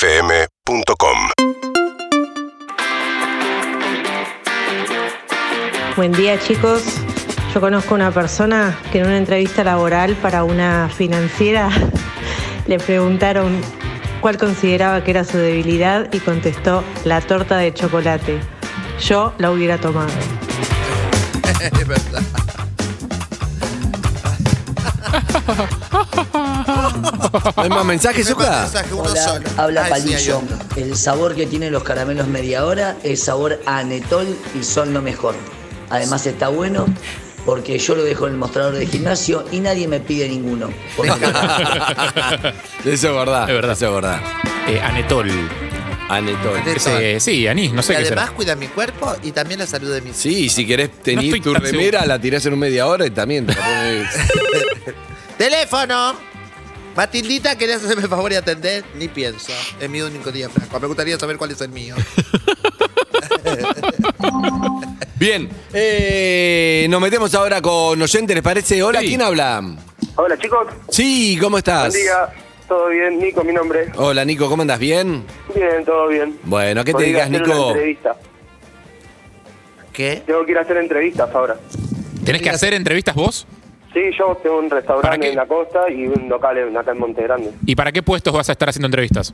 UrbanaPlayFM.com Buen día chicos. Yo conozco una persona que en una entrevista laboral para una financiera le preguntaron cuál consideraba que era su debilidad y contestó la torta de chocolate. Yo la hubiera tomado. Es verdad. ¿No hay más mensajes, Me manda Zucca? mensaje, uno Hola, solo. habla Ah, sí, hay Palillo. otro. el sabor que tienen los caramelos media hora es sabor a anetol y son lo mejor. Además está bueno porque yo lo dejo en el mostrador de gimnasio y nadie me pide ninguno. Porque Eso es verdad. Es verdad. Eso es verdad. Eh, Anetol. Anetol. Anetol. Ese- sí, anís, no Y sé qué además será. cuida mi cuerpo y también la salud de mis hijos. Sí, y si querés tener estoy tu tan remera, la tirás en un media hora y también te la pones. ¡Teléfono! Matildita, ¿querés hacerme el favor y atender? Ni pienso. Es mi único día franco. Me gustaría saber cuál es el mío. Bien, eh, nos metemos ahora con oyentes, ¿les parece? Hola, Sí. ¿quién habla? Hola chicos, Sí, ¿cómo buen estás? día. ¿Todo bien? Nico, mi nombre. Hola, Nico, ¿cómo andas? ¿Bien? Bien, todo bien. Bueno, ¿a qué te Podría dedicas, hacer Nico? Una entrevista. ¿Qué? Tengo que ir a hacer entrevistas ahora. ¿Tenés que hacer entrevistas vos? Sí, yo tengo un ¿Para qué? restaurante en la costa y un local en- acá en Monte Grande. ¿Y para qué puestos vas a estar haciendo entrevistas?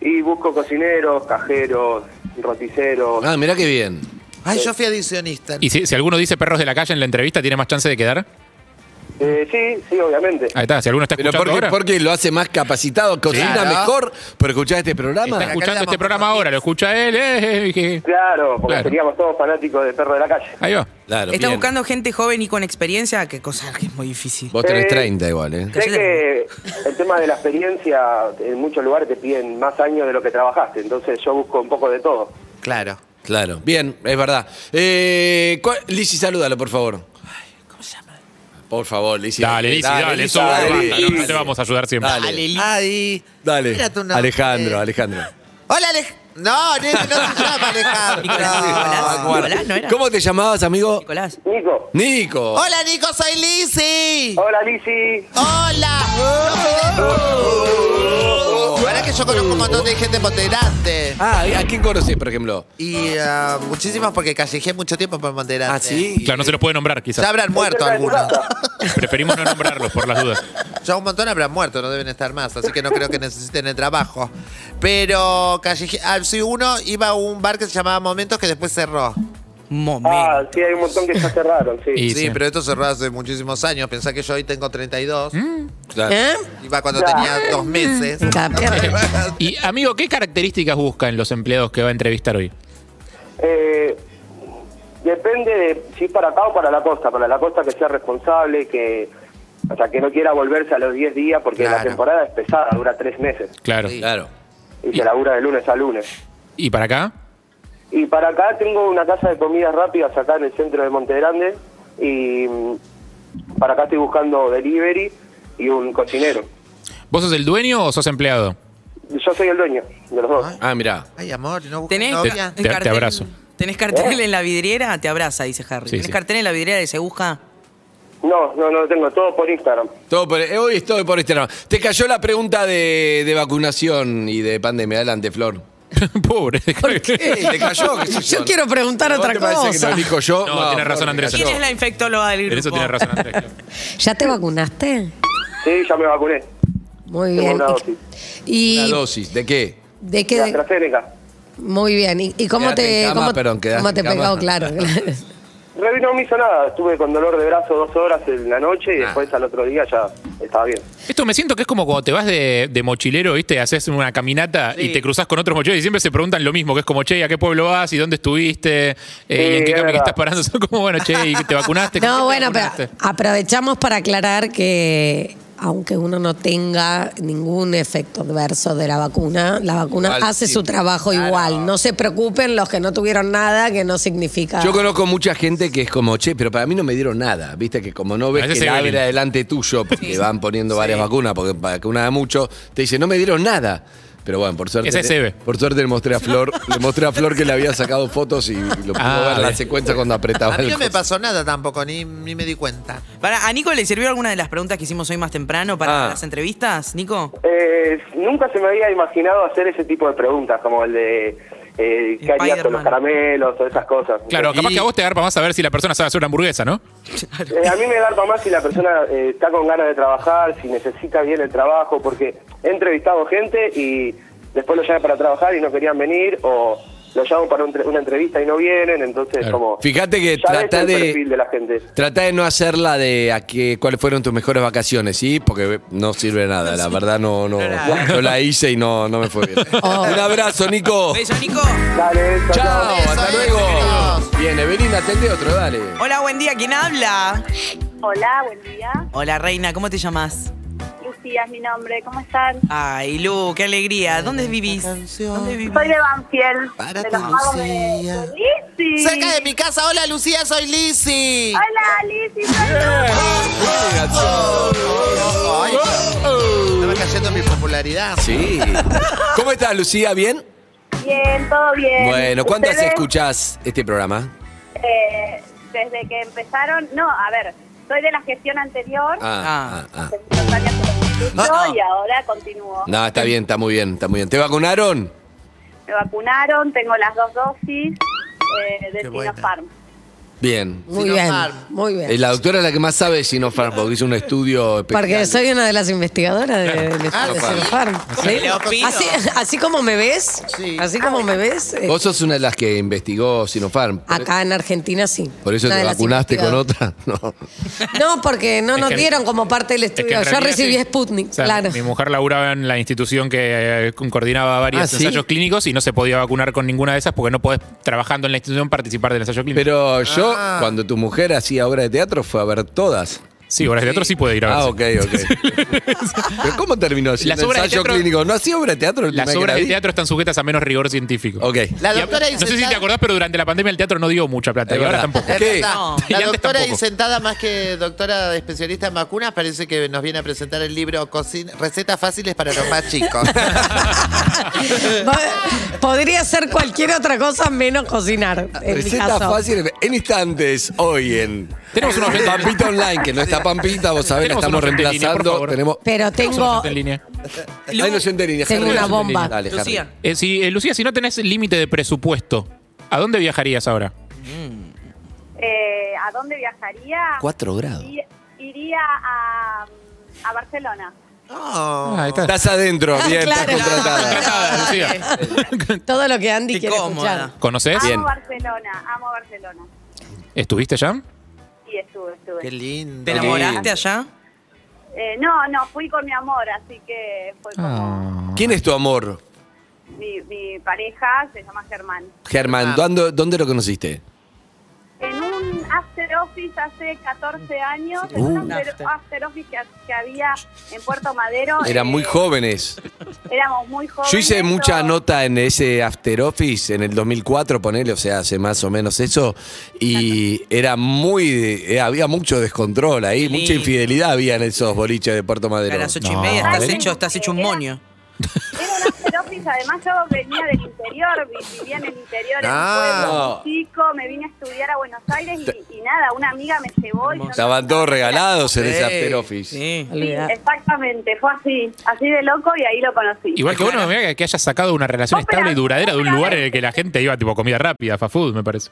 Y busco cocineros, cajeros, roticeros. Ah, mirá qué bien. Ay, yo fui adicionista. ¿Y si, si alguno dice perros de la calle en la entrevista, tiene más chance de quedar? Eh, sí, sí, obviamente. Ahí está, si alguno está Pero escuchando ¿por qué, ahora. por qué lo hace más capacitado? ¿Cocina Claro. mejor por escuchar este programa? Está escuchando damos este programa más ahora, lo tips. escucha él. eh, eh, que- Claro, porque Claro. seríamos todos fanáticos de Perro de la Calle. Ahí va. Claro, Está bien. buscando gente joven y con experiencia, que cosa que es muy difícil. Vos tenés Eh, 30 igual, ¿eh? Sé que el tema de la experiencia, en muchos lugares te piden más años de lo que trabajaste, entonces yo busco un poco de todo. Claro. Claro, bien, es verdad. Eh, ¿cuál- Lizzy, salúdalo, por favor. ¿Cómo se llama? Por favor, Lizzy. Dale, Lizzy, dale, Lizzy, sobra, dale, basta, no- no Lizzy. te vamos a ayudar siempre. Dale. Ay. Dale. Era tu nombre. Alejandro, Alejandro. Hola, Alejandro. No, nene, no se llama Nicolás, Alejandro. Nicolás, ¿no era? ¿Cómo te llamabas, amigo? Nicolás. Nico, Nico. Hola, Nico, soy Lizzy. hola Lisi. Hola. Ahora que yo conozco un montón de gente ponderante. Ah, ¿a quién conocés, por ejemplo? Y ah, muchísimas porque callejé mucho tiempo por ponderante. Ah, sí. Claro, no se los puede nombrar, Ya quizás. habrán muerto cerca de tu algunos. casa. Preferimos no nombrarlos por las dudas. Ya un montón habrán muerto, no deben estar más, así que no creo que necesiten el trabajo. Pero calleje, ah, sí, uno iba a un bar que se llamaba Momentos que después cerró. Momento. Ah, sí, hay un montón que ya cerraron, sí. Y Sí, sí. pero esto cerró hace muchísimos años. Pensá que yo hoy tengo 32. Claro. Iba cuando tenía dos meses. Mm. Ah, Y amigo, ¿qué características busca en los empleados que va a entrevistar hoy? Eh, depende de si es para acá o para la costa. Para la costa que sea responsable, que o sea, que no quiera volverse a los 10 días porque la Claro. temporada es pesada, dura 3 meses Claro. Claro. y se labura de lunes a lunes. ¿Y para acá? Y para acá tengo una casa de comidas rápidas acá en el centro de Monte Grande y mm, para acá estoy buscando delivery y un cocinero. ¿Vos sos el dueño o sos empleado? Yo soy el dueño de los dos. Ah, mirá. Ay, amor, no busques ¿Tenés, novia. un Te- te abrazo. ¿Tenés cartel ¿Eh? en la vidriera? Te abraza, dice Harry. Sí, ¿Tenés sí. cartel en la vidriera y se busca? No, no, no lo tengo todo por Instagram. Todo por- eh, hoy estoy por este lado. Te cayó la pregunta de, de vacunación y de pandemia. Adelante, Flor. Pobre. Eh, ¿Te cayó? ¿Qué sé yo quiero preguntar otra cosa. Que no elijo yo? No, tenés razón, Flor, Andrés. te ¿Quién cayó. es la infectóloga del grupo? En eso tienes razón, Andrés. claro. ¿Ya te vacunaste? Sí, ya me vacuné. Muy Tengo bien. una dosis. Una ¿Y dosis. ¿De qué? de De qué? AstraZeneca. Muy bien. ¿Y, y cómo Quedate te en cama, cómo, perdón, quedate cómo en te cama. pegó? Claro. Revi- No me hizo nada, estuve con dolor de brazo dos horas en la noche y Ah. después al otro día ya estaba bien. Esto me siento que es como cuando te vas de, de mochilero, ¿viste? Haces una caminata y te cruzás con otros mochileros y siempre se preguntan lo mismo, que es como, che, ¿a qué pueblo vas? ¿Y dónde estuviste? Eh, ¿Y en Sí, qué es camino verdad. estás parando? Son como, bueno, che, ¿y te vacunaste? ¿Con qué te No, bueno, pero vacunaste? aprovechamos para aclarar que aunque uno no tenga ningún efecto adverso de la vacuna, la vacuna Igual hace sí. su trabajo igual. No se preocupen los que no tuvieron nada, que no significa. Yo conozco mucha gente que es como, che, pero para mí no me dieron nada. Viste que como no A ves veces que se la ven. abre adelante tuyo, porque van poniendo varias vacunas, porque vacuna da mucho, te dicen, no me dieron nada. Pero bueno, por suerte. Ese es Eve. Por suerte le mostré a Flor, le mostré a Flor que le había sacado fotos y lo pudo Ah, ver la bien. secuencia cuando apretaba A mí el no me coso. pasó nada tampoco, ni, ni me di cuenta. Para, ¿A Nico le sirvió alguna de las preguntas que hicimos hoy más temprano para Ah. las entrevistas, Nico? Eh, nunca se me había imaginado hacer ese tipo de preguntas, como el de eh, ¿qué harías con los Spider-Man. caramelos o esas cosas? Claro, capaz Y- que a vos te agarpa más a ver si la persona sabe hacer una hamburguesa, ¿no? Eh, a mí me garpa más si la persona eh, está con ganas de trabajar, si necesita bien el trabajo, porque he entrevistado gente y después lo llamo para trabajar y no querían venir, o lo llamo para un tre- una entrevista y no vienen, entonces Claro. como... Fíjate que ya ves trata el de- perfil de la gente. Tratá de no hacerla de a qué, cuáles fueron tus mejores vacaciones, ¿sí? Porque no sirve de nada, la verdad no, no, Oh. yo la hice y no, no me fue bien. Un abrazo, Nico. Beso, Nico. Dale, chao, Chao, Beso, hasta beso, luego. chicos. Bien, Evelina, atende otro, dale. Hola, buen día. ¿Quién habla? Hola, buen día. Hola, reina. ¿Cómo te llamas? Lucía es mi nombre. ¿Cómo están? Ay, Lu, qué alegría. ¿Dónde vivís? ¿Dónde vivís? Soy de Banfield. Para de ti, los magos Lucía. de Lizzy. Cerca de mi casa, hola Lucía, soy Lizzy. Hola, Lizzy. soy yo. Ay, Estaba cayendo mi popularidad. Sí. ¿Cómo estás, Lucía? ¿Bien? Bien, todo bien. Bueno, ¿cuántas ¿Ustedes? escuchás este programa? Eh, desde que empezaron, no, a ver, soy de la gestión anterior. Ah, ah, ah. hace muchos años que lo escucho Ah. Y ahora continúo. No, está bien, está muy bien, está muy bien. ¿Te vacunaron? Me vacunaron, tengo las dos dosis eh, Qué de buena. Sinopharm. Bien. Muy bien, Sinopharm. muy Eh, bien. La doctora es la que más sabe de Sinopharm, porque hizo un estudio especial. Porque soy una de las investigadoras de, del Ah, estudio de Sinopharm. Sinopharm. Te lo pido. Así, así como me ves, Sí. así como me ves, eh, Vos sos una de las que investigó Sinopharm. Por- acá en Argentina sí. Por eso Una te de las vacunaste con investigadoras. otra. No. No, porque no Es nos que- dieron como parte del Es que en estudio. Yo realidad recibí sí. Sputnik, O sea, claro. Mi mujer laburaba en la institución que eh, coordinaba varios Ah, ¿sí? ensayos clínicos y no se podía vacunar con ninguna de esas porque no podés, trabajando en la institución, participar del ensayo clínico. Pero yo, Ah. cuando tu mujer hacía obra de teatro, fue a ver todas. sí, obras de teatro sí puede ir a Ah, verse. ok, ok. ¿Pero cómo terminó haciendo Las obras de ensayo teatro- clínico? ¿No hacía obra de teatro? el Las primer que obras la de vi? teatro están sujetas a menos rigor científico. Ok. La Y a- doctora no sé si te disentada- acordás, pero durante la pandemia el teatro no dio mucha plata. Es Y ahora verdad. tampoco. Es ¿Qué? verdad. No. Y La antes doctora tampoco. disentada más que doctora especialista en vacunas parece que nos viene a presentar el libro Cocina- Recetas fáciles para los más chicos. Va- Podría ser cualquier otra cosa menos cocinar. En mi Receta caso. fácil en instantes, hoy en Tenemos un oyente- Pampita Online, que no está Pampita, vos sabés, la Tenemos un estamos oyente en línea, por reemplazando. favor. Tenemos. Pero tengo. En línea. Hay un oyente en línea, Tengo Harry, una hay un oyente en bomba. línea. Dale, Harry. Lucía. Eh, si, eh, Lucía, si no tenés límite de presupuesto, ¿a dónde viajarías ahora? Eh, ¿A dónde viajaría? Cuatro grados. Ir- Iría a, a Barcelona. Oh. ahí está. Estás adentro, Ah, bien, claro. estás contratada. Contratada, Lucía. Todo lo que Andy Qué quiere cómoda. escuchar. ¿Conoces? Amo Bien. Barcelona, amo Barcelona. ¿Estuviste ya? Sí, estuve, estuve. Qué lindo. ¿Te enamoraste allá? Eh, no, no, fui con mi amor, así que fue como ¿Quién es tu amor, mi, mi pareja, se llama Germán. Ah. Germán? ¿Dónde, dónde lo conociste? En un after office hace 14 años, en un Uh. after, after office que, que había en Puerto Madero. Eran eh, muy jóvenes. Éramos muy jóvenes. Yo hice mucha o- nota en ese After Office en el 2004, ponele, o sea, hace más o menos eso, y era muy, de- eh, había mucho descontrol ahí, mucha lindo. infidelidad había en esos boliches de Puerto A Madero. las ocho y No, media estás ¿eh? hecho, estás hecho un moño. Era un after office, además yo venía del interior, vi- vivía en el interior, en Ah. un pueblo muy chico, me vine a estudiar a Buenos Aires y, y nada, una amiga me llevó. y yo no- Estaban todos regalados en ese Sí, After Office. Sí. Sí, Olvidá. exactamente, fue así, así de loco y ahí lo conocí. Igual que bueno, mira que hayas sacado una relación Ópera, estable y duradera de un ópera. lugar en el que la gente iba tipo a comida rápida, fast food, me parece.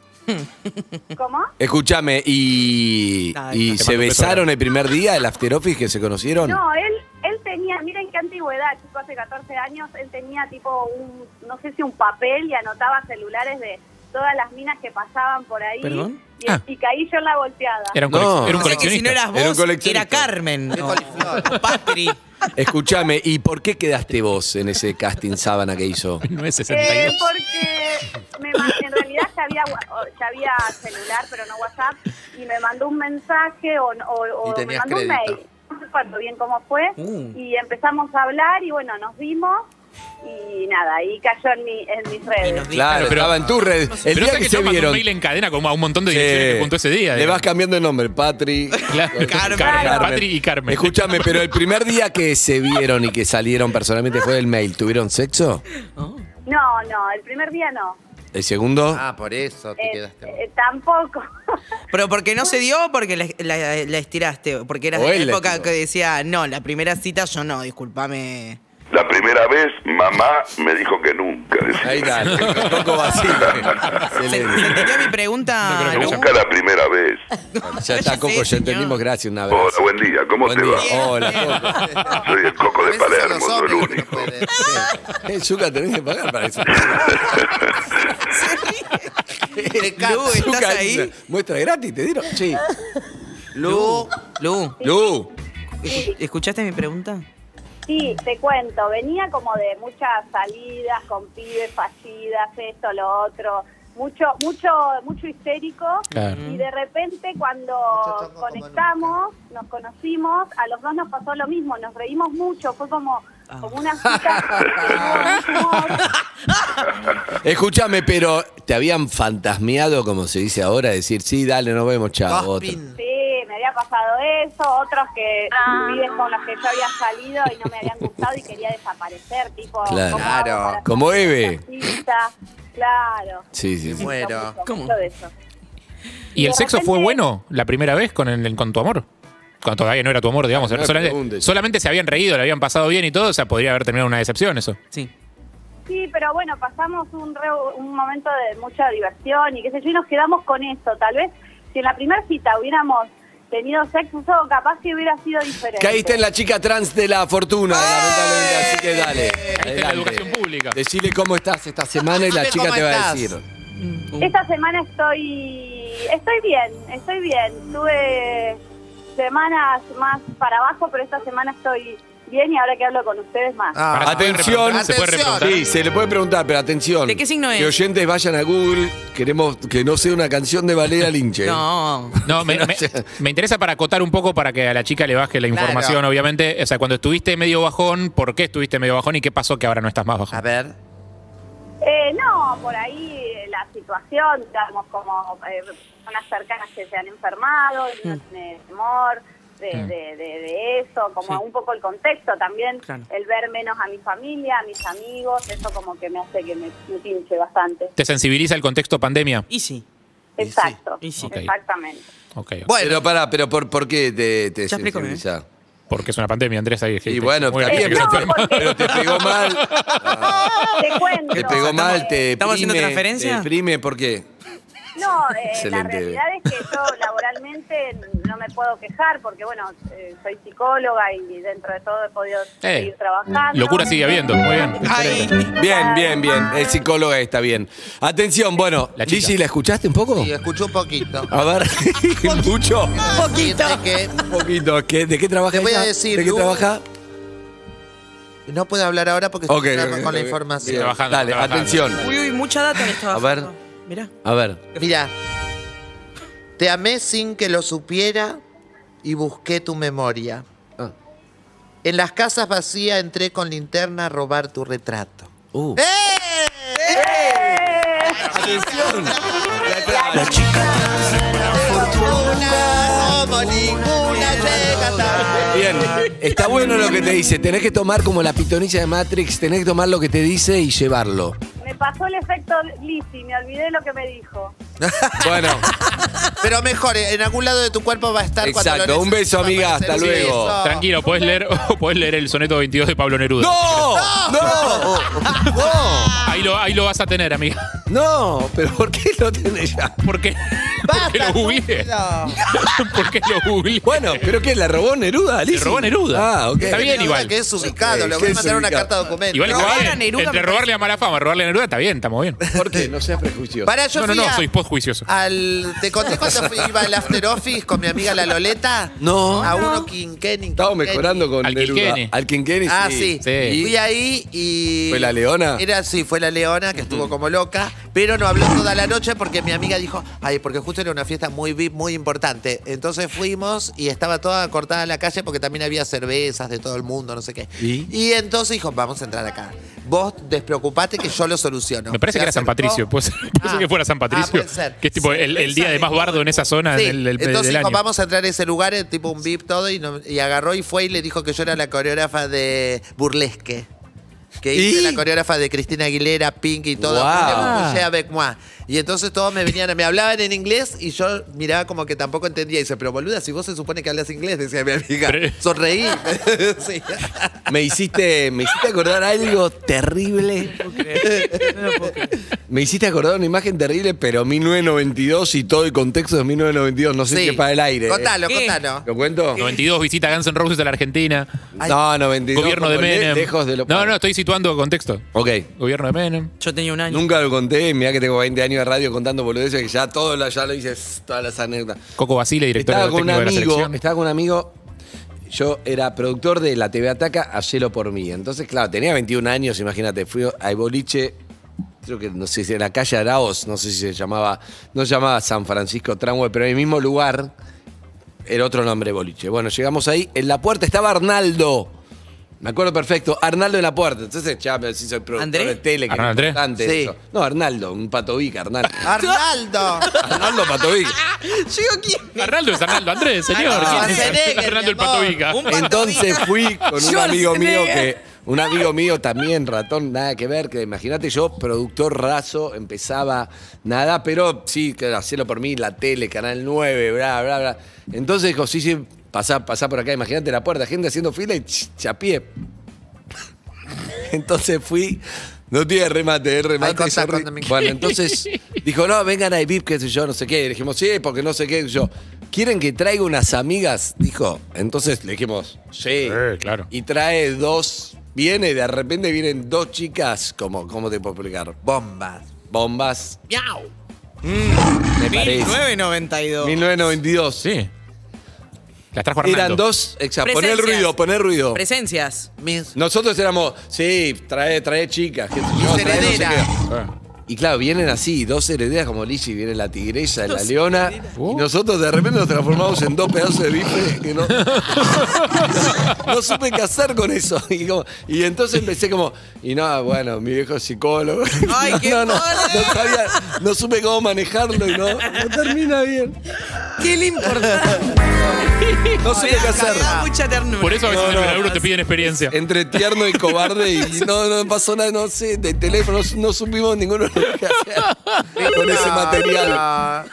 ¿Cómo? Escúchame, ¿y, Nada, y te se mando un beso besaron el primer día, el After Office que se conocieron? No, él, él tenía, miren qué antigüedad, chico, hace 14 años, él tenía tipo un, no sé si un papel y anotaba celulares de todas las minas que pasaban por ahí. ¿Perdón? Y, Ah. y caí yo en la volteada. Era un, No. colec- era un O sea que si no coleccionista. eras Era un vos, era, coleccionista. Carmen. o- o Patri. Escúchame, ¿y por qué quedaste vos en ese casting sábana que hizo? No es Eh, 62. porque me ma- en realidad ya había, wa- o- ya había celular, pero no WhatsApp, y me mandó un mensaje o, o- o Y me tenías mandó crédito. Mm. un mail. No recuerdo bien cómo fue. Uh. Y empezamos a hablar y bueno, nos vimos. y nada, ahí cayó en, mi, en mis redes. Claro, pero- estaba en tu red. El Pero día hasta que que yo se mandé un vieron. mail en cadena con un montón de direcciones Eh, que juntó ese día. Le vas cambiando el nombre, Patri. Claro, Carmen. Patri y Carmen. Escúchame, pero el primer día que se vieron y que salieron personalmente fue del mail, ¿tuvieron sexo? No, no, el primer día no. ¿El segundo? Ah, por eso Eh, Este. eh, tampoco. Pero porque no se dio o porque la, la- la estiraste, o porque era O de él la la época estiró. que decía, no, la primera cita yo no, discúlpame. La primera vez, mamá me dijo que nunca. decía. Ahí está, un poco vacío. Excelente. Entendió mi pregunta? Nunca la primera vez. Ya está, Coco, ya entendimos, gracias, una vez. Hola, buen día, ¿cómo Buen te día. va? Hola, Soy el Coco de Palermo, soy el pues. único. Coco. Eh, Zucca, tenés que pagar para eso. Lu, ¿estás Zucca, ahí? Muestra gratis, te dieron. Sí. Lu, Lu, Lu, ¿escu- ¿escuchaste mi pregunta? Sí, te cuento, venía como de muchas salidas con pibes fallidas, esto, lo otro, mucho, mucho, mucho histérico. Claro. Y de repente cuando chongo como conectamos, nos conocimos, a los dos nos pasó lo mismo, nos reímos mucho, fue como, Ah. como una cita. que tuvo mucho humor. escúchame, pero ¿te habían fantasmeado, como se dice ahora, decir, sí, dale, nos vemos, chao, otro? Gospin. Sí, me había pasado eso, otros que vives con los que yo había salido y no me habían gustado y quería desaparecer, tipo, ¿cómo hago Claro. para Como salir de Eve. esta cita? Claro. Sí, sí, sí. Muero. Mucho, ¿Cómo? mucho de eso. ¿Y el de sexo fue repente- bueno la primera vez con, el- con tu amor? Cuando todavía no era tu amor, digamos. No me solamente, preguntes. solamente se habían reído, le habían pasado bien y todo. O sea, podría haber terminado en una decepción eso. Sí. Sí, pero bueno, pasamos un, re- un momento de mucha diversión y qué sé yo, y nos quedamos con eso. Tal vez si en la primera cita hubiéramos tenido sexo, capaz que hubiera sido diferente. Caíste en la chica trans de la fortuna, lamentablemente, así que dale. Caíste en la educación pública. Decile cómo estás esta semana y la Dime chica cómo te va a estás. decir. Esta semana estoy estoy bien, estoy bien. Tuve semanas más para abajo, pero esta semana estoy bien y ahora que hablo con ustedes más. Ah, Para- Atención. ¿Se puede Atención. repreguntar? Sí, se le puede preguntar, pero atención. ¿De qué signo es? Que oyentes vayan a Google. Queremos que no sea una canción de Valeria ¿eh? Linche. No. No, me, me- me interesa para acotar un poco para que a la chica le baje la información, obviamente. O sea, cuando estuviste medio bajón, ¿por qué estuviste medio bajón y qué pasó que ahora no estás más A Ah. bajón? ver. Eh, no, por ahí eh, la situación, digamos, como eh, personas cercanas que se han enfermado y uno tiene temor de, Mm. de- de- de eso, como Sí. un poco el contexto también, Claro. el ver menos a mi familia, a mis amigos, eso como que me hace que me, me pinche bastante. ¿Te sensibiliza el contexto pandemia? Y sí. Y sí, Exacto, y sí. Ok. exactamente. Ok, ok. Bueno, pero pará, pero ¿por, por qué te, te Ya explico, ¿eh? sensibilizás? Porque es una pandemia, Andrés. Ahí, Y bueno, Muy está bien, bien, pero, que no, se te- enferma. porque- pero te pegó mal. Ah, Te cuento. Eh, Te pegó mal, te ¿Estamos haciendo deprime, transferencia? Te deprime, ¿por qué? No, eh, la Excelente. realidad es que yo laboralmente no me puedo quejar porque, bueno, eh, soy psicóloga y dentro de todo he podido Eh, seguir trabajando. Locura sigue habiendo, pues. muy bien. Ay. Bien, bien, bien. Es psicóloga, está bien. Atención, bueno, La chica. Gigi, ¿la escuchaste un poco? Sí, escuché un poquito. A ver, mucho. poquito. Que Un poquito. ¿Qué- ¿De qué trabaja Te voy ella? a decir, ¿De qué Lu- trabaja? no puedo hablar ahora porque Ok, estoy ok, con la ok. información. Bien, Trabajando, Dale, trabajando. atención. Uy, uy, mucha data en esta A ver. foto. Mirá. A ver. Mira, te amé sin que lo supiera y busqué tu memoria. Ah. En las casas vacías entré con linterna a robar tu retrato. ¡Eh! Uh. ¡Atención! La chica fortuna como ninguna llega tarde. Bien, está bueno lo que te dice. Tenés que tomar como la pitonilla de Matrix, tenés que tomar lo que te dice y llevarlo. Me pasó el efecto Lizzy, me olvidé lo que me dijo. Bueno, Pero mejor, en algún lado de tu cuerpo va a estar cuando Exacto, un beso, amiga, cuando hasta necesites. luego. Beso. Tranquilo, podés leer, podés leer el soneto 22 de Pablo Neruda. ¡no! ¡No! ¡No! Ahí lo, ahí lo vas a tener, amiga. ¡No! ¿Pero por qué lo tenés ya? ¿Por qué? ¿Por qué lo googleé? ¿Por qué lo googleé? Bueno, ¿pero qué? ¿La robó Neruda? Le robó Neruda. Ah, ok. Está bien Mira, igual. Que es ubicado, Ok, le que voy a es mandar una ubicado. carta de documento. Igual está Robar bien. a Neruda Entre me robarle a mala fama, robarle a Neruda, está bien, estamos bien. ¿Por qué? No seas prejuicioso. Para yo No, fui no, no, a- Ah, soy postjuicioso. al, te conté cuando fui, iba al after office con mi amiga la Loleta. No. A uno quinqueni. Estamos mejorando con Al Neruda. Quinquene. Al Quinquene, Ah, sí. Sí. Fui ahí y. ¿Fue la leona? Era, sí, fue la leona que estuvo como loca. pero no habló toda la noche porque mi amiga dijo, ay, porque justo era una fiesta muy VIP, muy importante. Entonces fuimos y estaba toda cortada la calle porque también había cervezas de todo el mundo, no sé qué. ¿Y? entonces dijo, vamos a entrar acá. Vos despreocupate que yo lo soluciono. Me parece Se que era San acercó. Patricio. Puede ser, puede ser que fuera San Patricio. Oh. puede ser. Que es tipo el, el día de más bardo en esa Ah, zona Sí, del, del- del entonces dijo, año. vamos a entrar a ese lugar, eh, tipo un VIP todo, y, no- y agarró y fue y le dijo que yo era la coreógrafa de Burlesque. Que hice la coreógrafa de Cristina Aguilera, Pink y todo. Guau. Y le propuse avec moi. Y entonces todos me venían, me hablaban en inglés y yo miraba como que tampoco entendía. Y dice, pero boluda, si vos se supone que hablas inglés, decía mi amiga. Pero- Sonreí. Sí. Me hiciste, me hiciste acordar algo terrible. Me hiciste acordar una imagen terrible, pero 1992 y todo el contexto de 1992. No sé Sí. si es para el aire. ¿eh? Contalo, contalo. ¿Lo cuento? 92 visita Guns N' Roses a la Argentina. No, 92. Gobierno de como le- Menem. lejos de lo- No, no, estoy situando contexto. Ok. Gobierno de Menem. Yo tenía un año. Nunca lo conté, mirá que tengo 20 años de radio contando boludeces que ya todo lo, ya lo hice, s- todas las anécdotas. Coco Basile, director Estaba con un técnico de la amigo, selección. estaba con un amigo, yo era productor de la TV Ataca, hacelo por mí. Entonces, claro, tenía 21 años, imagínate, fui al boliche, creo que no sé si en la calle Araoz, no sé si se llamaba, no se llamaba San Francisco Tramway, pero en el mismo lugar, era otro nombre boliche. Bueno, llegamos ahí, en la puerta estaba Arnaldo. Me acuerdo perfecto, Arnaldo en la puerta. Entonces, ya, pero sí soy productor ¿André? de tele, que era ¿Arnaldo André? importante Sí. eso. No, Arnaldo, un patovica, Arnaldo. ¡Arnaldo! Arnaldo Patovica. Digo, ¿quién? Arnaldo es Arnaldo Andrés, señor. Ah, ¿Quién es? Schwarzenegger, Arnaldo el mi amor. Patovica. Un Entonces fui con un amigo mío Schwarzenegger. que. Un amigo mío también, ratón, nada que ver, que imagínate yo, productor raso, empezaba nada, pero sí, que hacerlo por mí, la tele, Canal 9, bla, bla, bla. Entonces dijo, sí, sí, pasá, pasá por acá, imagínate la puerta, gente haciendo fila y ch- chapié. Entonces fui, no tiene remate, es remate. Ay, contá, sorry. contá, me encanta. Bueno, entonces dijo, no, vengan a VIP, qué sé yo, no sé qué. Y le dijimos, sí, porque no sé qué. Y yo, ¿quieren que traiga unas amigas? Dijo, entonces le dijimos, sí. Eh, claro. Y trae dos, viene, de repente vienen dos chicas, como, ¿cómo te puedo explicar? Bombas. Bombas, Mm, Miau. me parece. 1992. 1992. Sí. La trajo Arnaldo. Eran dos, exacto. Poner Presencias. ruido, poner ruido. Presencias. Mis- Nosotros éramos, sí, trae, trae chicas, qué sé yo, trae no sé heredera. qué. Ah. Y claro, vienen así, dos herederas como Lichi, viene la tigresa, la Dos leona, y nosotros de repente nos transformamos en dos pedazos de bife que no, no supe qué hacer con eso. Y, como- y entonces empecé como, y no, bueno, mi viejo es psicólogo. Ay, no, qué no, no, padre. no sabía, no supe cómo manejarlo y no, no termina bien. ¿Qué le importa? No supe qué hacer. mucha ternura. Por eso a veces No, en el no. laburo te piden experiencia. Entre tierno y cobarde y, y no, no pasó nada, no sé, de teléfono, no supimos ninguno lo que hacía con ese material. Ah,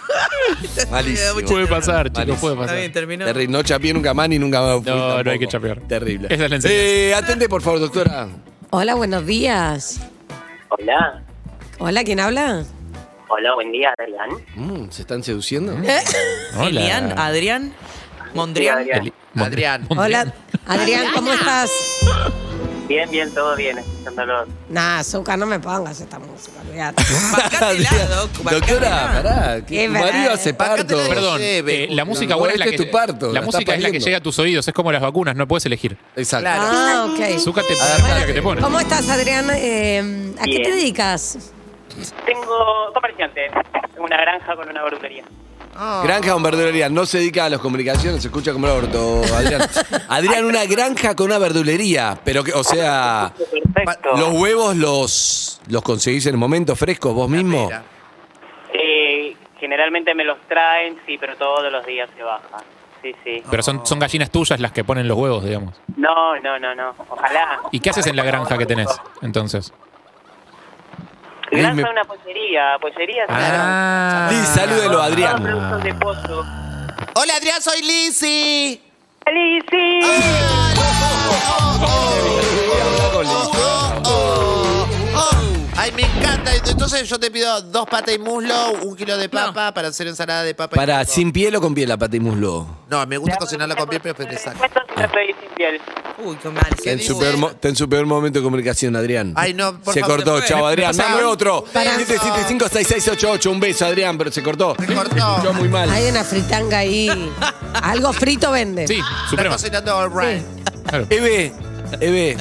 Malísimo. Puede pasar, chicos, Malísimo. puede Está pasar. bien, terminó. Terrible. No chapeé nunca más ni nunca más. fui No, no tampoco. hay que chapear. Terrible. Esa es la enseñanza. Eh, atende, por favor, doctora. Hola, buenos días. Hola, Hola, ¿quién habla? hola, buen día, Adrián. Mm, ¿Se están seduciendo? Hola. Elian, ah, Adrián, Mondrian. Sí, Adrián. Eli- Adrián. Hola, Adrián, ¿cómo estás? Bien, bien, todo bien, escuchándolo. Nah, Zuka, no me pongas esta música, olvídate. Bancátela, doc, doctora, bancátela. pará. Que Qué tu verdad. marido hace parto. Bancátela de Perdón, Lleve, eh, la música no, buena es la este que es tu parto, la la estás música es la que pariendo. llega a tus oídos, es como las vacunas, no puedes elegir. Exacto. Ah, ok. Azúcar te pone Además, la que te pone. ¿Cómo estás, Adrián? Eh, ¿A qué Bien. te dedicas? Tengo comerciante, tengo una granja con una verdulería. Granja con verdulería. No se dedica a las comunicaciones, se escucha como el orto, Adrián. Adrián, una granja con una verdulería. Pero, que, o sea, Perfecto. los huevos los, los conseguís en el momento frescos vos mismo. mira. Eh, generalmente me los traen, sí, pero todos los días se baja. Sí, sí. Pero son, son gallinas tuyas las que ponen los huevos, digamos. No, no, no, no. Ojalá. ¿Y qué haces en la granja que tenés, entonces? Granja Dime. una pollería, pollería. claro. Ah. Sí, salúdelo, Todos Adrián. productos de pozo. Hola, Adrián, soy Lizzy. ¡Lizzy! Oh, Ay, me encanta. Entonces yo te pido dos patas y muslo, un kilo de papa para hacer ensalada de papa. y Para, muslo. sin piel o con piel, la pata y muslo. No, me gusta cocinarla con piel, pero es pesada. Después te pedí sin piel. Uy, qué mal. Está en, su peor, mo- está en su peor momento de comunicación, Adrián. Ay, no, por Se favor, cortó, se fue. chao, Adrián. Pasa- Dame otro. Para- 775-6688. Un beso, Adrián, pero se cortó. Se cortó. Escuchó muy mal. Hay una fritanga ahí. Algo frito vende. Sí, Está suprema. cocinando all right. Eve, Eve.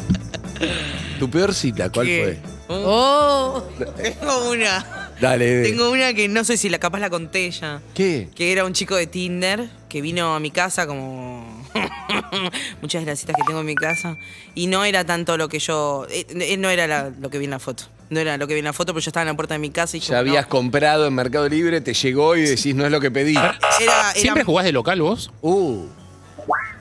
Tu peor cita, ¿cuál ¿Qué? Oh, Oh, tengo una. Dale. Tengo una que no sé si la capaz la conté ya. ¿Qué? Que era un chico de Tinder que vino a mi casa como muchas gracias que tengo en mi casa y no era tanto lo que yo eh, eh, no era la- lo que vi en la foto. No era lo que vi en la foto, pero yo estaba en la puerta de mi casa y yo Ya habías comprado en Mercado Libre, te llegó y decís, no es lo que pedí. Ah. Ah, ¿Siempre jugás de local vos? Uh.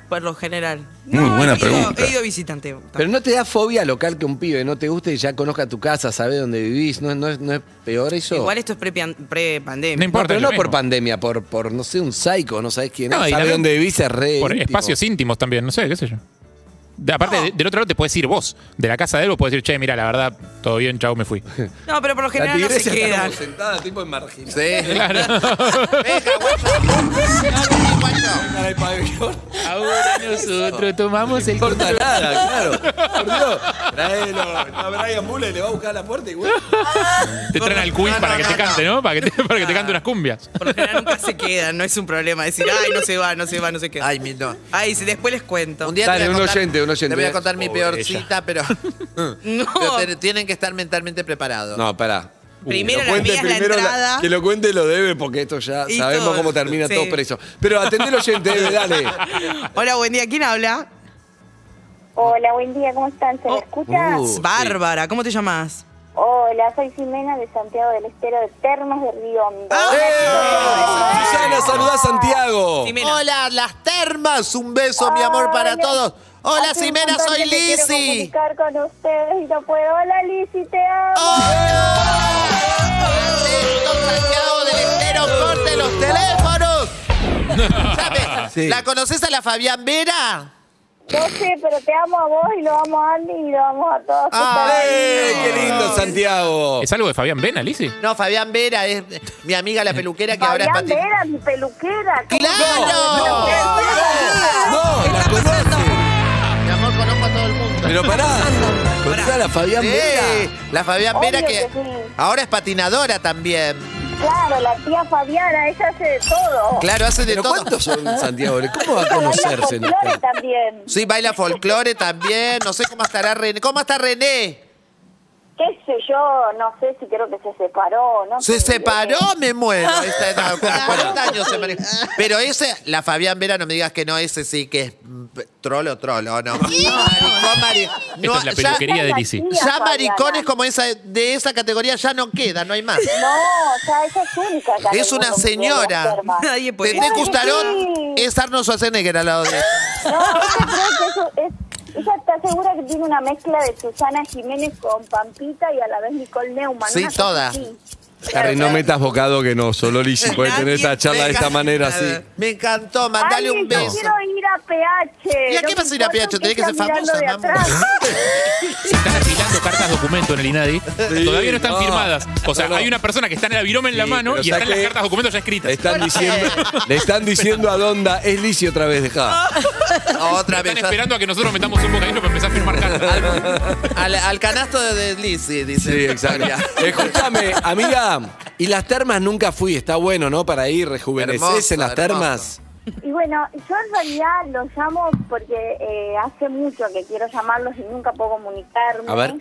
por lo general. Muy buena he ido- He ido visitante. Pero no te da fobia local que un pibe no te guste y ya conozca tu casa, sabe dónde vivís. ¿No, es- no es, no es peor eso? Igual esto es pre- pre-pandemia. No importa, pero es no lo por mismo. pandemia, por, por no sé, un psycho, no sabes quién es. No, sabe y también dónde vivís, es re. Por Eh, íntimo. espacios íntimos también, no sé, qué sé yo. De- aparte, de- del otro lado te puedes ir vos. De la casa de él vos podés decir, che, mira, la verdad, todo bien, chau, me fui. No, pero por lo general no se tigresa está quedan. como sentada, tipo en marginal. Sí. Claro. Para el pabellón. Ahora nosotros tomamos el No importa nada, claro. Por Dios, traelo. A Brian Mullen le va a buscar la puerta y güey. Te traen al quiz para que te cante, ¿no? Para que te, para que te cante unas cumbias. Por lo general nunca se quedan, no es un problema decir, ay, no se va, no se va, no se queda. Ay, mi, no. Ay, si después les cuento. Un día Dale, te voy a un contar- oyente, un oyente. Te voy a contar mi Pobre peor ella. cita, pero, pero te- tienen que estar mentalmente preparados. No, pará. Primero que las vías, la entrada. que lo cuente lo debe, porque esto ya Y sabemos todo. cómo termina Sí. todo preso. Pero atendé al oyente, Eve, dale. Hola, buen día, ¿quién habla? Hola, buen día, ¿cómo están? ¿Se me Es escucha? Oh, uh, Bárbara, ¿cómo te llamas? Hola, soy Jimena de Santiago del Estero de Termas de Riondo. ¡Ah! ¡Eh! Susana, saluda a Santiago. Hola, las termas. Un beso, mi amor, para todos. Hola, Hace un Simena, montón soy que me quiero Lizzy. comunicar con ustedes y no puedo. Hola, Lizzy, te amo. Oh. Santiago del Estero, corte los teléfonos. ¿Sabes? Sí. ¿La conoces a la Fabián Vera? No sé, pero te amo a vos y lo amo a Andy y lo amo a todos. ¡Eh, qué lindo, Santiago! ¿Es algo de Fabián Vena, Lizzy? No, Fabián Vera es mi amiga la peluquera que ahora es Fabián Pati- Vera, mi peluquera. ¿Cómo ¡Claro! se llama? No, la conoce. Mi amor, conozco a todo el mundo. Pero pará, ¿conocés a la Fabián Sí, Vera? La Fabián Vera Obvio que que sí. ahora es patinadora también. Claro, la tía Fabiana, ella hace de todo. Claro, hace de ¿Pero todo. cuántos son, Santiago? ¿Cómo va a Baila conocerse? no? folclore también. Sí, baila folclore también. No sé cómo estará René. ¿Cómo está René? qué sé yo, no sé si creo que se separó, ¿no? Se sé. separó, me muero. Esta edad, con 40 años se maneja. Pero ese, la Fabián Vera, no me digas que no, ese sí que es mm, trolo, trolo, no. Maricón, mari- no, Esta es la peluquería de Lizzy. Sí, Ya Fabiana. maricones como esa de esa categoría ya no queda, no hay más. No, ya esa es única. acá en Es el una mundo, señora. mi hermana. Nadie puede. Tete Custarón Sí. es Arnold Schwarzenegger al lado de No, esa creo que eso es... Ella está segura que tiene una mezcla de Susana Jiménez con Pampita y a la vez Nicole Neumann. Sí, una cosa toda. así. Harry, no metas bocado que no, solo Lizzy puede tener esta charla de esta manera así. Me encantó, mandale Ay, un yo beso. quiero ir a PH. ¿Y a Lo qué vas a ir a importa PH? es Tenés que ser están mirando famosa, de mamá. atrás. Se están apilando cartas documento en el INADI. Todavía no están no. firmadas. O sea, No, no. hay una persona que está en el viroma en la Sí, mano pero y están saqué- las cartas documento ya Le escritas. están diciendo, le están diciendo a Donda, es Lizzy otra vez, dejá. Otra Están vez. esperando a que nosotros metamos un bocadillo para empezar a firmar cartas. Al, al canasto de Lizzy, dice. Sí, exacto. Escúchame, amiga, y las termas nunca fui, está bueno, ¿no? Para ir, rejuveneces Hermoso, en las hermoso. termas. Y bueno, yo en realidad los llamo porque eh, hace mucho que quiero llamarlos y nunca puedo comunicarme. A ver.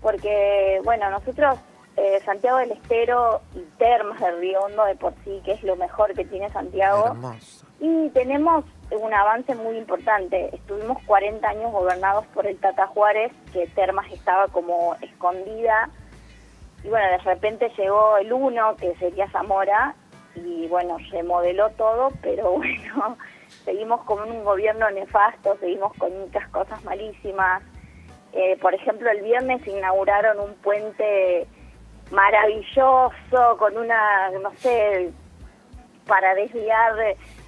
Porque, bueno, nosotros, eh, Santiago del Estero y Termas de Riondo de por sí, que es lo mejor que tiene Santiago. Hermoso. Y tenemos un avance muy importante. Estuvimos 40 años gobernados por el Tata Juárez, que Termas estaba como escondida. Y bueno, de repente llegó el uno, que sería Zamora, y bueno, remodeló todo, pero bueno, seguimos con un gobierno nefasto, seguimos con muchas cosas malísimas. Eh, por ejemplo, el viernes inauguraron un puente maravilloso con una, no sé, para desviar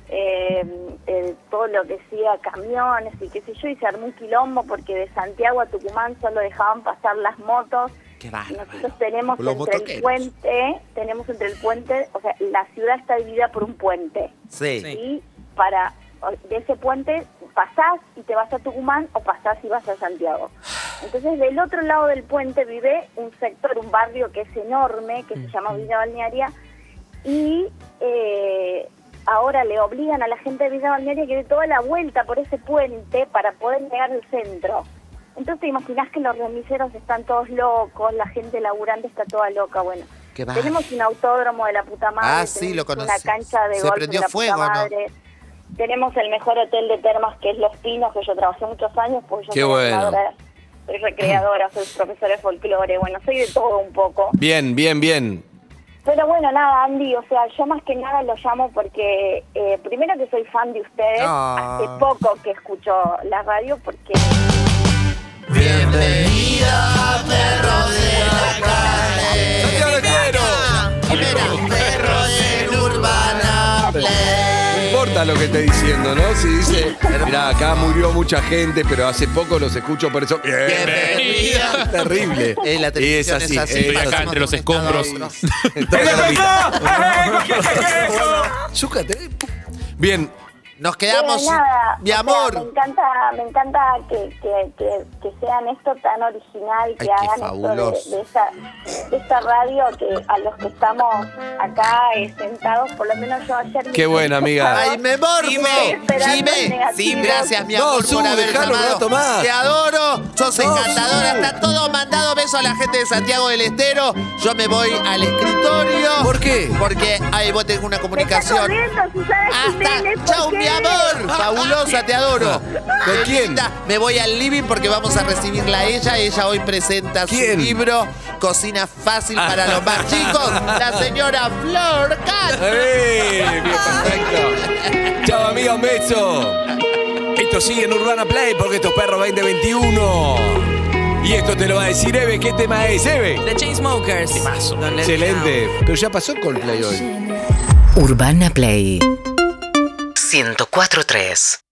eh, eh, todo lo que sea camiones y qué sé yo, y se armó un quilombo porque de Santiago a Tucumán solo dejaban pasar las motos. Qué Y bárbaro. Nosotros tenemos Los entre motoqueros. el puente, tenemos entre el puente, o sea, la ciudad está dividida por un puente. Sí. Y para o- de ese puente pasás y te vas a Tucumán o pasás y vas a Santiago. Entonces, del otro lado del puente vive un sector, un barrio que es enorme, que se llama Villa Balnearia, y eh, ahora le obligan a la gente de Villa Balnearia que dé toda la vuelta por ese puente para poder llegar al centro. Entonces te imaginas que los remiseros están todos locos, la gente laburante está toda loca, bueno. Qué va. Tenemos un autódromo de la puta madre. Ah, sí, tenemos lo Una conocí. cancha de Se golf prendió de la fuego, ¿no? puta madre. Tenemos el mejor hotel de termas que es Los Pinos, que yo trabajé muchos años porque yo Qué soy bueno. recreadora, soy recreadora, soy profesora de folclore, bueno, soy de todo un poco. Bien, bien, bien. Pero bueno, nada, Andy, o sea, yo más que nada lo llamo porque eh, primero que soy fan de ustedes, Ah. hace poco que escucho la radio porque... Bienvenida, perro de la calle. Eres perro del Urbana No importa lo que esté diciendo, ¿no? Si dice, mirá, acá murió mucha gente, pero hace poco los escucho por eso. Bienvenida. Terrible. Eh, Y la es televisión así. es así, eh, pasamos acá entre los escombros. Zucca, tenés- Bien, Nos quedamos, Pero nada, mi o sea, amor. me encanta, me encanta que, que, que, que sean esto tan original, que qué hagan fabuloso. esto de, de esta, de esta radio que a los que estamos acá eh, sentados, por lo menos yo ayer... Qué buena, amiga. Ay, me morfo. Jime, Jime, Jime. gracias, mi No, amor, Su, por haber dejalo un llamado. rato más. Te adoro, sos No, encantadora, Su. está todo mandado. Beso a la gente de Santiago del Estero. Yo me voy al escritorio. ¿Por qué? Porque ahí vos tenés una Me está comunicación. corriendo, Susana Hasta, Jiménez, ¿por chau, qué? mi amor. Fabulosa, te adoro. ¿Con Qué quién? linda. Me voy al living porque vamos a recibirla a ella. Ella hoy presenta ¿Quién? su libro Cocina Fácil para los más chicos. La señora Flor Cat. ¡Eh! Bien, perfecto. Chao, amiga, un beso. Esto sigue en Urbana Play porque estos perros 2021. Y esto te lo va a decir Eve. ¿Qué tema es, Eve? The Chainsmokers. Don't let me Excelente. Pero ya pasó Coldplay hoy. Urbana Play 104.3